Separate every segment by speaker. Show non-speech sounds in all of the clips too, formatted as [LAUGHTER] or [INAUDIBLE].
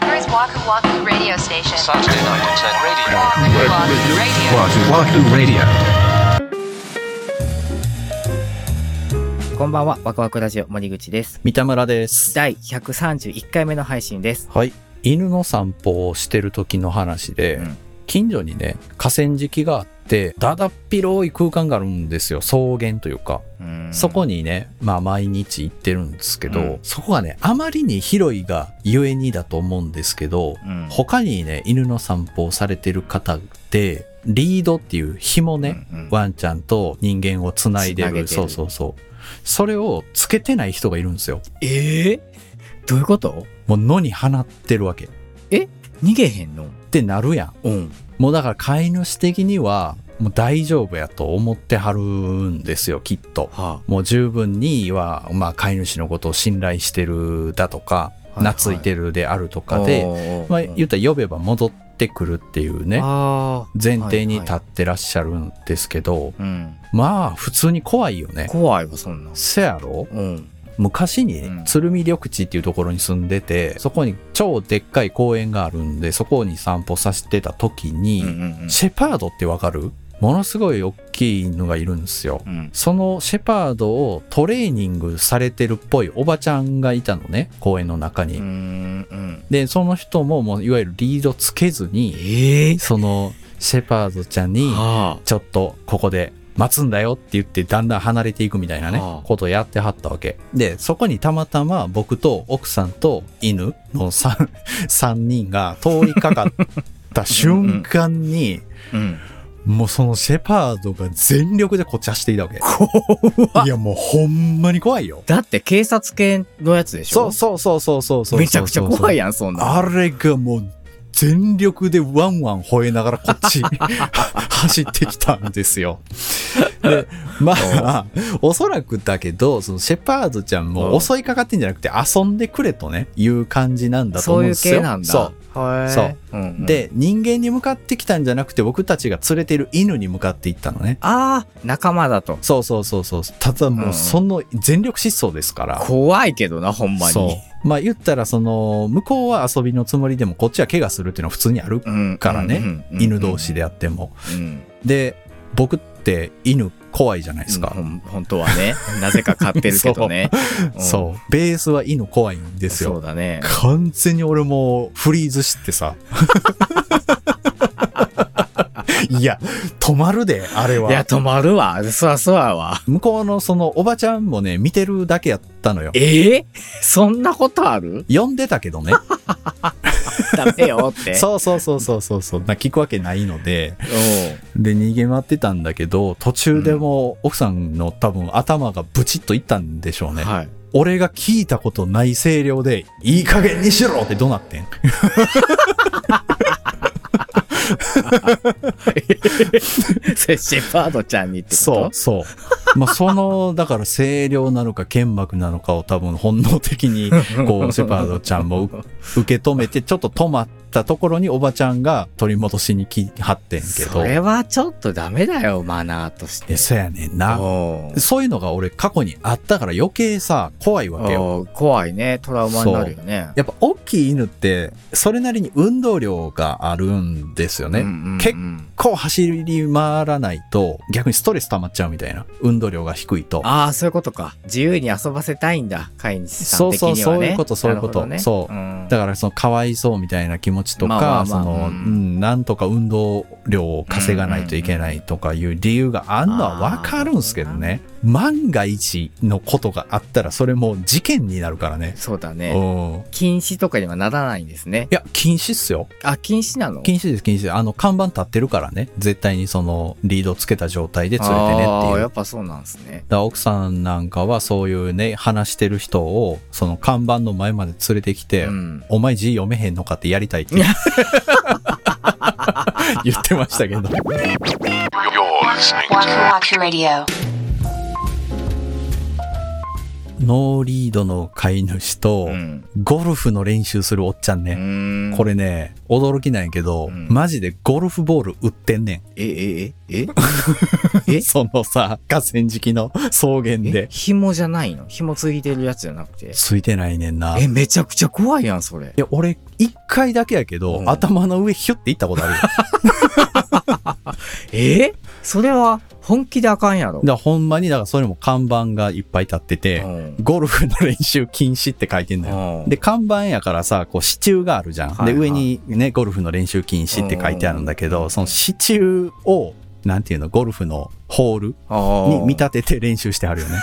Speaker 1: Waku Waku Radio Station.
Speaker 2: Saturday night at 10 radio.
Speaker 1: Waku Waku Radio.
Speaker 3: Wahoo Wahoo Radio.
Speaker 4: こんばんは、ワクワクラジオ森口です。
Speaker 5: 三田村です。
Speaker 4: 第131回目の配信です。
Speaker 5: はい。犬の散歩をしてる時の話で、
Speaker 4: うん
Speaker 5: 近所にね、河川敷があって、だだっ広い空間があるんですよ。草原というか。そこ
Speaker 4: に、
Speaker 5: にね、まあ毎日行ってるんですけど、
Speaker 4: うん
Speaker 5: そこがね、あまりに広いがゆえにだと思うんですけど、
Speaker 4: うん
Speaker 5: 他にね、犬の散歩をされてる方で、リードっていう紐ね、
Speaker 4: うんうん
Speaker 5: ワンちゃんと人間をつないで
Speaker 4: つなげてる
Speaker 5: る。そうそうそう。それをつけてない人がいるんですよ。
Speaker 4: ええどういうこと
Speaker 5: もう野に放ってるわけ。
Speaker 4: 逃げへんの
Speaker 5: ってなるやん。
Speaker 4: うん。
Speaker 5: もうだから飼い主的にはもう大丈夫やと思ってはるんですよ、きっと。
Speaker 4: は
Speaker 5: もう十分には、まあ、飼い主のことを信頼してるだとか、
Speaker 4: はいはい
Speaker 5: 懐いてるであると
Speaker 4: あ。
Speaker 5: かで、
Speaker 4: で
Speaker 5: まあ、言ったら呼べば戻ってくるっていうね、
Speaker 4: ああ。
Speaker 5: 前提に立
Speaker 4: は
Speaker 5: っ
Speaker 4: い
Speaker 5: てらっしゃるんですけど、
Speaker 4: はいうん。
Speaker 5: まあ、普通に怖いよね。
Speaker 4: 怖いわ、そんなん。
Speaker 5: せやろ
Speaker 4: うん。
Speaker 5: 昔に
Speaker 4: うん
Speaker 5: ね鶴見緑地っていうところに住んでて、そこに超でっかい公園があるんで、そこに散歩させてた時に、
Speaker 4: うんうんうん
Speaker 5: シェパードってわかるものすごい大きい犬がいるんですよ。
Speaker 4: うん。
Speaker 5: そのシェパードをトレーニングされてるっぽいおばちゃんがいたのね、公園の中に。
Speaker 4: うんうん。
Speaker 5: で、その人ももういわゆるリードつけずに、
Speaker 4: ええ
Speaker 5: そのシェパードちゃんに、
Speaker 4: は
Speaker 5: ちょっとここで待つんだよって言ってだんだん離れていくみたいなね
Speaker 4: ああ、
Speaker 5: ことをやってはったわけ。で、そこにたまたま僕と奥さんと犬の 3, 三人が通りかかった瞬間に、
Speaker 4: あ。うん。
Speaker 5: もうそのシェパードが全力でこっち走っていたわけ。いやもうほんまに怖いよ。
Speaker 4: だって警察犬のやつでしょ
Speaker 5: そうそうそうそうそうそうそうそう。
Speaker 4: めちゃくちゃ怖いやん、そんなん。
Speaker 5: あれがもう全力でワンワン吠えながらこっち [LAUGHS] 走ってきたんですよ。で、まあ、おそらくだけど、そのシェパードちゃん
Speaker 4: うん
Speaker 5: も襲いかかってんじゃなくて遊んでくれとね、いう感じなんだと
Speaker 4: そ
Speaker 5: 思
Speaker 4: う
Speaker 5: うん
Speaker 4: いう
Speaker 5: ですよ。
Speaker 4: 系なんだ。
Speaker 5: そう。
Speaker 4: は
Speaker 5: そ
Speaker 4: うんうん。
Speaker 5: で、人間に向かってきたんじゃなくて、僕たちが連れてる犬に向かっていったのね。
Speaker 4: ああ、仲間だと。
Speaker 5: そうそうそうそう。ただ
Speaker 4: うんう
Speaker 5: も
Speaker 4: ん
Speaker 5: うその全力疾走ですから。
Speaker 4: 怖いけどな、ほんまに。
Speaker 5: そう。まあ言ったら、その、向こうは遊びのつもりでも、こっちは怪我するっていうのは普通にある
Speaker 4: うん
Speaker 5: からね、犬同士
Speaker 4: で、
Speaker 5: であっても。
Speaker 4: うん、
Speaker 5: で、僕って犬怖いじゃないですか。
Speaker 4: うんほん本当は
Speaker 5: [LAUGHS]
Speaker 4: ねなぜか飼ってるけどねん
Speaker 5: そう。ベースは犬怖いんです
Speaker 4: そう
Speaker 5: よ。
Speaker 4: だね
Speaker 5: 完全に俺もうフリーズし
Speaker 4: [LAUGHS]
Speaker 5: てさ。いや、止まるで、あれ
Speaker 4: いや
Speaker 5: は。
Speaker 4: 止まるわそわそわわ
Speaker 5: 向こうのそのおばちゃんもね、見てるだけやったのよ。
Speaker 4: ええそんなことあ
Speaker 5: [LAUGHS]
Speaker 4: る
Speaker 5: 呼んでたけどね。
Speaker 4: ダメよって
Speaker 5: そうそうそうそうそうそう。な聞くわけないので。
Speaker 4: う、
Speaker 5: で、逃げ回ってたんだけど、途中でもう奥さんの多分頭がブチッといったんでしょうんね。
Speaker 4: はい
Speaker 5: 俺が聞いたことない声量で、いい加減にしろって怒鳴ってん。
Speaker 4: それシェパードちゃんにってこと
Speaker 5: そう、そう。まあ、その、 [LAUGHS] だから声量なのか剣幕なのかを多分本能的 [LAUGHS] に、こう、シェパードちゃんもう受け止めて、ちょっと止まったところにおばちゃんが取り戻しに来はってんけ
Speaker 4: そ
Speaker 5: ど。
Speaker 4: れはちょっとダメだよマナーとして
Speaker 5: え、そやねんな。
Speaker 4: おう
Speaker 5: そういうのが俺過去にあったから余計さ、怖いわけよ。
Speaker 4: おう怖いねトラウマになるよね
Speaker 5: やっぱ大きい犬って、それなりに運動量があるんですよね。
Speaker 4: うんうんうん
Speaker 5: 結構走り回らないと、逆にストレス溜まっちゃうみたいな。運動量が低いと。
Speaker 4: ああそういうことか自由に遊ばせたいんだ飼い主さん
Speaker 5: そう
Speaker 4: 的
Speaker 5: そう
Speaker 4: にはね
Speaker 5: そういうことそういうこ
Speaker 4: な
Speaker 5: と
Speaker 4: るほどね
Speaker 5: そう
Speaker 4: うん
Speaker 5: だからそのかわいそうみたいな気持ちと
Speaker 4: まあまあまあ
Speaker 5: か、その、
Speaker 4: う
Speaker 5: うんん、なんとか運動量を稼がないといけないとかいう理由があんのはわかるんですけどね。万が一のことがあったら、それもう事件になるからね。
Speaker 4: そうだ
Speaker 5: う
Speaker 4: ね。
Speaker 5: ん。
Speaker 4: 禁止とかにはならないんですね
Speaker 5: い。や、禁止っすよ。
Speaker 4: あ、禁止なの
Speaker 5: 禁止です、禁止です。あの、看板立ってるからね。絶対にその、リードつけた状態で連れてねって
Speaker 4: あー
Speaker 5: いう。
Speaker 4: やっぱそうなんですね。
Speaker 5: だから奥さんなんかはそういうね、話してる人を、その看板の前まで連れてきて、
Speaker 4: うん
Speaker 5: お前字読めへんのかってやりた
Speaker 4: [LAUGHS]
Speaker 5: いって言ってましたけど。
Speaker 1: Waku Waku Radio.
Speaker 5: ノーリードの飼い主と、
Speaker 4: うん。
Speaker 5: ゴルフの練習するおっちゃんね。
Speaker 4: うん
Speaker 5: こ。れね、驚きなんやけど、
Speaker 4: うん
Speaker 5: マジでゴルフボール売ってんね
Speaker 4: え、え、え、え
Speaker 5: ん。
Speaker 4: え
Speaker 5: [LAUGHS] そのさ、河川敷の草原
Speaker 4: え
Speaker 5: で。
Speaker 4: 紐じゃないの紐ついてるやつじゃなくて。
Speaker 5: ついてないねんな。
Speaker 4: え、めちゃくちゃ怖いやん、それ。
Speaker 5: いや、俺、一回だけやけど、
Speaker 4: うん
Speaker 5: 頭の上ヒュッて行ったこと
Speaker 4: [LAUGHS]
Speaker 5: あるよ。だか
Speaker 4: えそれは本気であかんやろ。
Speaker 5: らほんまに、だからそれも看板がいっぱい立ってて、
Speaker 4: うん
Speaker 5: ゴルフの練習禁止って書いてんのよ。
Speaker 4: うん
Speaker 5: で、看板やからさ、こう、支柱があるじゃん。
Speaker 4: はいはい
Speaker 5: で、上にね、ゴルフの練習禁止って書いてあるんだけど、その支柱を、なんていうの、ゴルフのホールに見立てて練習してあ
Speaker 4: [LAUGHS]
Speaker 5: るよね。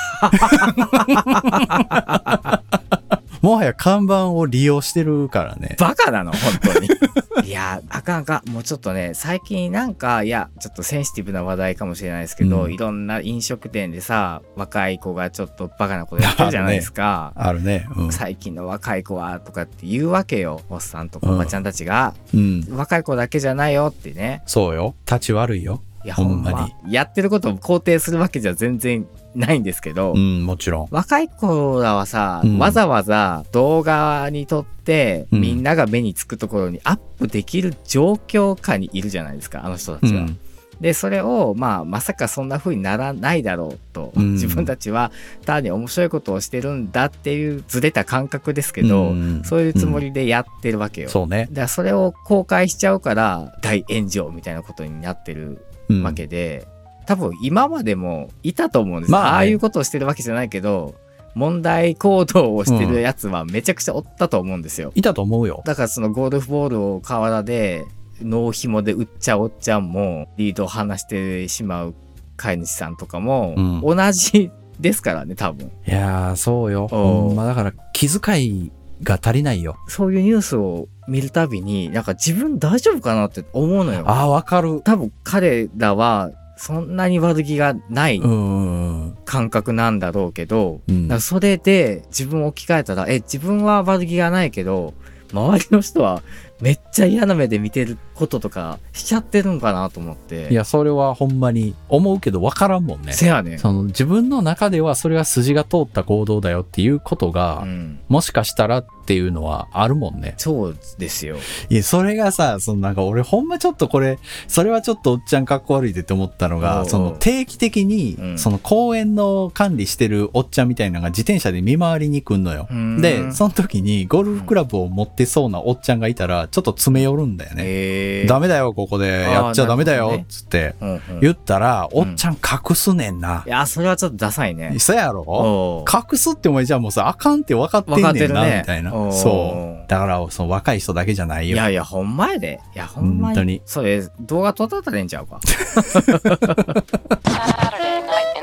Speaker 5: もはや看板を利用してるからね。
Speaker 4: バカなの本当に。 [LAUGHS] いや、あかんあかん。もうちょっとね、最近なんか、いや、ちょっとセンシティブな話題かもしれないですけど、
Speaker 5: うん
Speaker 4: いろんな飲食店でさ、若い子がちょっとバカなことやってるじゃないですか。
Speaker 5: あるね。うん
Speaker 4: 最近の若い子はとかって言うわけよ。おっさんとか
Speaker 5: うん
Speaker 4: おばちゃんたちが、
Speaker 5: うん。
Speaker 4: 若い子だけじゃないよってね。
Speaker 5: そうよ。立ち悪いよ。
Speaker 4: いや、
Speaker 5: ほ
Speaker 4: ほ
Speaker 5: ん
Speaker 4: ん
Speaker 5: ま
Speaker 4: ま
Speaker 5: に
Speaker 4: やってることを肯定するわけじゃ全然ないんですけど、
Speaker 5: うん、もちろん。
Speaker 4: 若い子らはさ、
Speaker 5: うん
Speaker 4: わざわざ動画に撮って、
Speaker 5: うん
Speaker 4: みんなが目につくところにアップできる状況下にいるじゃないですかあの人た
Speaker 5: う
Speaker 4: ちは。
Speaker 5: ん。
Speaker 4: でそれを、まあ、まさかそんな風にならないだろうと、
Speaker 5: うん
Speaker 4: 自分たちは単に面白いことをしてるんだっていうずれた感覚ですけど、
Speaker 5: うん
Speaker 4: そういうつもりでやってるわけよ。
Speaker 5: そうね。
Speaker 4: だからそれを公開しちゃうから大炎上みたいなことになってる
Speaker 5: うん
Speaker 4: わけで、多分今までもいたと思うんです、
Speaker 5: まあね
Speaker 4: ああいうことをしてるわけじゃないけど問題行動をしてるやつはめちゃくちゃおったと思うんですよ、
Speaker 5: いたと思うよ。
Speaker 4: だからそのゴルフボールを河原で脳紐で売っちゃうおっちゃんもリードを離してしまう飼い主さんとかも
Speaker 5: うん
Speaker 4: 同じですからね多分
Speaker 5: いやー、そうよ。
Speaker 4: おう
Speaker 5: ほんまだから気遣いが足りないよ。
Speaker 4: そういうニュースを見るたびになんか自分大丈夫かなって思うのよ
Speaker 5: あー、わかる。
Speaker 4: 多分彼らはそんなに悪気がない
Speaker 5: うん。
Speaker 4: 感覚なんだろうけど、
Speaker 5: うん
Speaker 4: だからそれで自分を置き換えたらえ自分は悪気がないけど周りの人はめっちゃ嫌な目で見てることとかしちゃってるんかなと思って
Speaker 5: いや、それはほんまに思うけどわからんもんね。
Speaker 4: せやねん
Speaker 5: その自分の中ではそれは筋が通った行動だよっていうことが、
Speaker 4: うん、
Speaker 5: もしかしたらっていうのはあるもんね。
Speaker 4: そうですよ
Speaker 5: いや、それがさ、そのなんか俺ほんまちょっとこれ、それはちょっとおっちゃんかっこ悪いでって思ったの
Speaker 4: おうお
Speaker 5: が、
Speaker 4: う
Speaker 5: その定期的に、
Speaker 4: うん
Speaker 5: その公園の管理してるおっちゃんみたいなのが自転車で見回りに来んのよ
Speaker 4: う。ん
Speaker 5: で、その時にゴルフクラブを持ってそうなおっちゃんがいたら、ちょっと詰め寄るんだよね。
Speaker 4: えー
Speaker 5: ダメだよ、ここで。やっちゃダメだ
Speaker 4: あーなるほど、
Speaker 5: よ
Speaker 4: ね
Speaker 5: つって。
Speaker 4: うんうんい
Speaker 5: 言ったら、おっちゃん隠すねんな。
Speaker 4: やそれはちょっとダサいね
Speaker 5: そやろ
Speaker 4: おう
Speaker 5: 隠すってお前じゃあもうさ、あかんって分かってんねん
Speaker 4: 分か
Speaker 5: な、
Speaker 4: ってるね
Speaker 5: みたいな。
Speaker 4: おー
Speaker 5: そう。だから、その若い人だけじゃない
Speaker 4: い
Speaker 5: よ。
Speaker 4: やいやほんまやでいやほんま
Speaker 5: 本当に
Speaker 4: それ動画撮ったらええんちゃうか
Speaker 1: Saturday night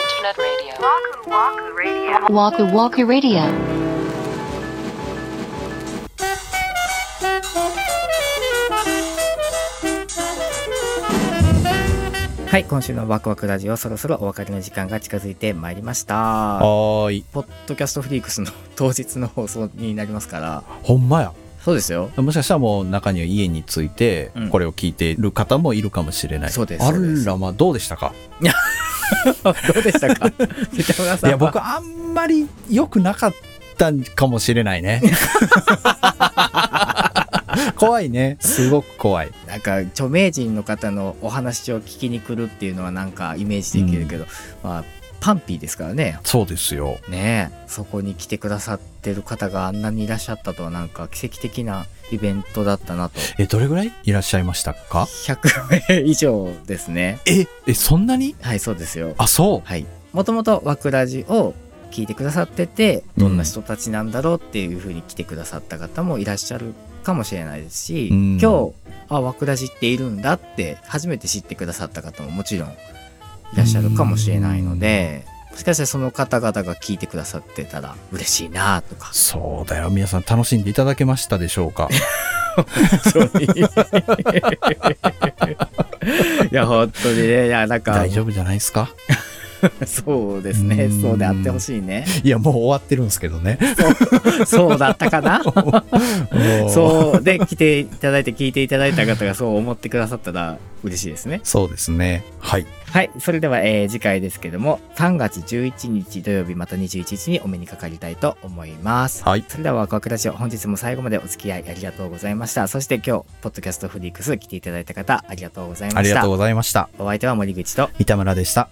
Speaker 1: internet radio. Waku Waku Radio. Waku Waku Radio.
Speaker 4: はい今週のワクワクラジオそろそろお別れの時間が近づいてまいりました
Speaker 5: はーい。
Speaker 4: ポッドキャストフリークスの当日の放送になります
Speaker 5: [LAUGHS]
Speaker 4: から、
Speaker 5: ほんまや。
Speaker 4: そうですよ。 [LAUGHS]
Speaker 5: もしかしたらもう中には家について
Speaker 4: うん、
Speaker 5: これを聞いている方もいるかもしれない。
Speaker 4: そうです
Speaker 5: あ
Speaker 4: そうです
Speaker 5: ら、まあどうでしたか
Speaker 4: どうでした
Speaker 5: [LAUGHS]
Speaker 4: か北村
Speaker 5: い
Speaker 4: さんは。
Speaker 5: や、僕あんまり良くなかったんかもしれない [LAUGHS] ね。怖いね。すごく怖い。
Speaker 4: なんか著名人の方のお話を聞きに来るっていうのはなんかイメージできるけど、まあパンピーですからね。
Speaker 5: そうですよ。
Speaker 4: ねえそこに来てくださってる方があんなにいらっしゃったとはなんか奇跡的なイベントだったなと。
Speaker 5: え、どれぐらいいらっしゃいましたか
Speaker 4: 100名以上ですね。
Speaker 5: え、え、そんなに
Speaker 4: はい、そうですよ。
Speaker 5: あ、そう。
Speaker 4: はい、もともとワクラジを聞いてくださってて
Speaker 5: う
Speaker 4: ど
Speaker 5: ん
Speaker 4: んな人たちなんだろうっていうふうに来てくださった方もいらっしゃるかもしれないですし、
Speaker 5: うん
Speaker 4: 今日あワクラジっているんだって初めて知ってくださった方ももちろんいらっしゃるかもしれないので、もしかしたらその方々が聞いてくださってたら嬉しいなと
Speaker 5: [LAUGHS]
Speaker 4: か
Speaker 5: そうだよ。皆さん楽しんでいただけましたでしょ [LAUGHS] うか
Speaker 4: いや本当にねいやなんか
Speaker 5: 大丈夫じゃないですか
Speaker 4: そうですね
Speaker 5: うん
Speaker 4: そうであってほしいね
Speaker 5: いや、もう終わってるんですけどね。
Speaker 4: そうだったかな
Speaker 5: [LAUGHS] もう
Speaker 4: そうで来ていただいて聞いていただいた方がそう思ってくださったら嬉しいですね
Speaker 5: そうですね。はい。
Speaker 4: はい。それでは、えー次回ですけども、3月11日土曜日また21日にお目にかかりたいと思います。
Speaker 5: はい。
Speaker 4: それではワクワクラジオ本日も最後までお付き合いありがとうございました。そして今日、ポッドキャストフリークス来ていただいた方、ありがとうござい
Speaker 5: あ
Speaker 4: ま
Speaker 5: り
Speaker 4: し
Speaker 5: がとう
Speaker 4: た。
Speaker 5: ございました。
Speaker 4: お相手は森口と、
Speaker 5: 三田村でした。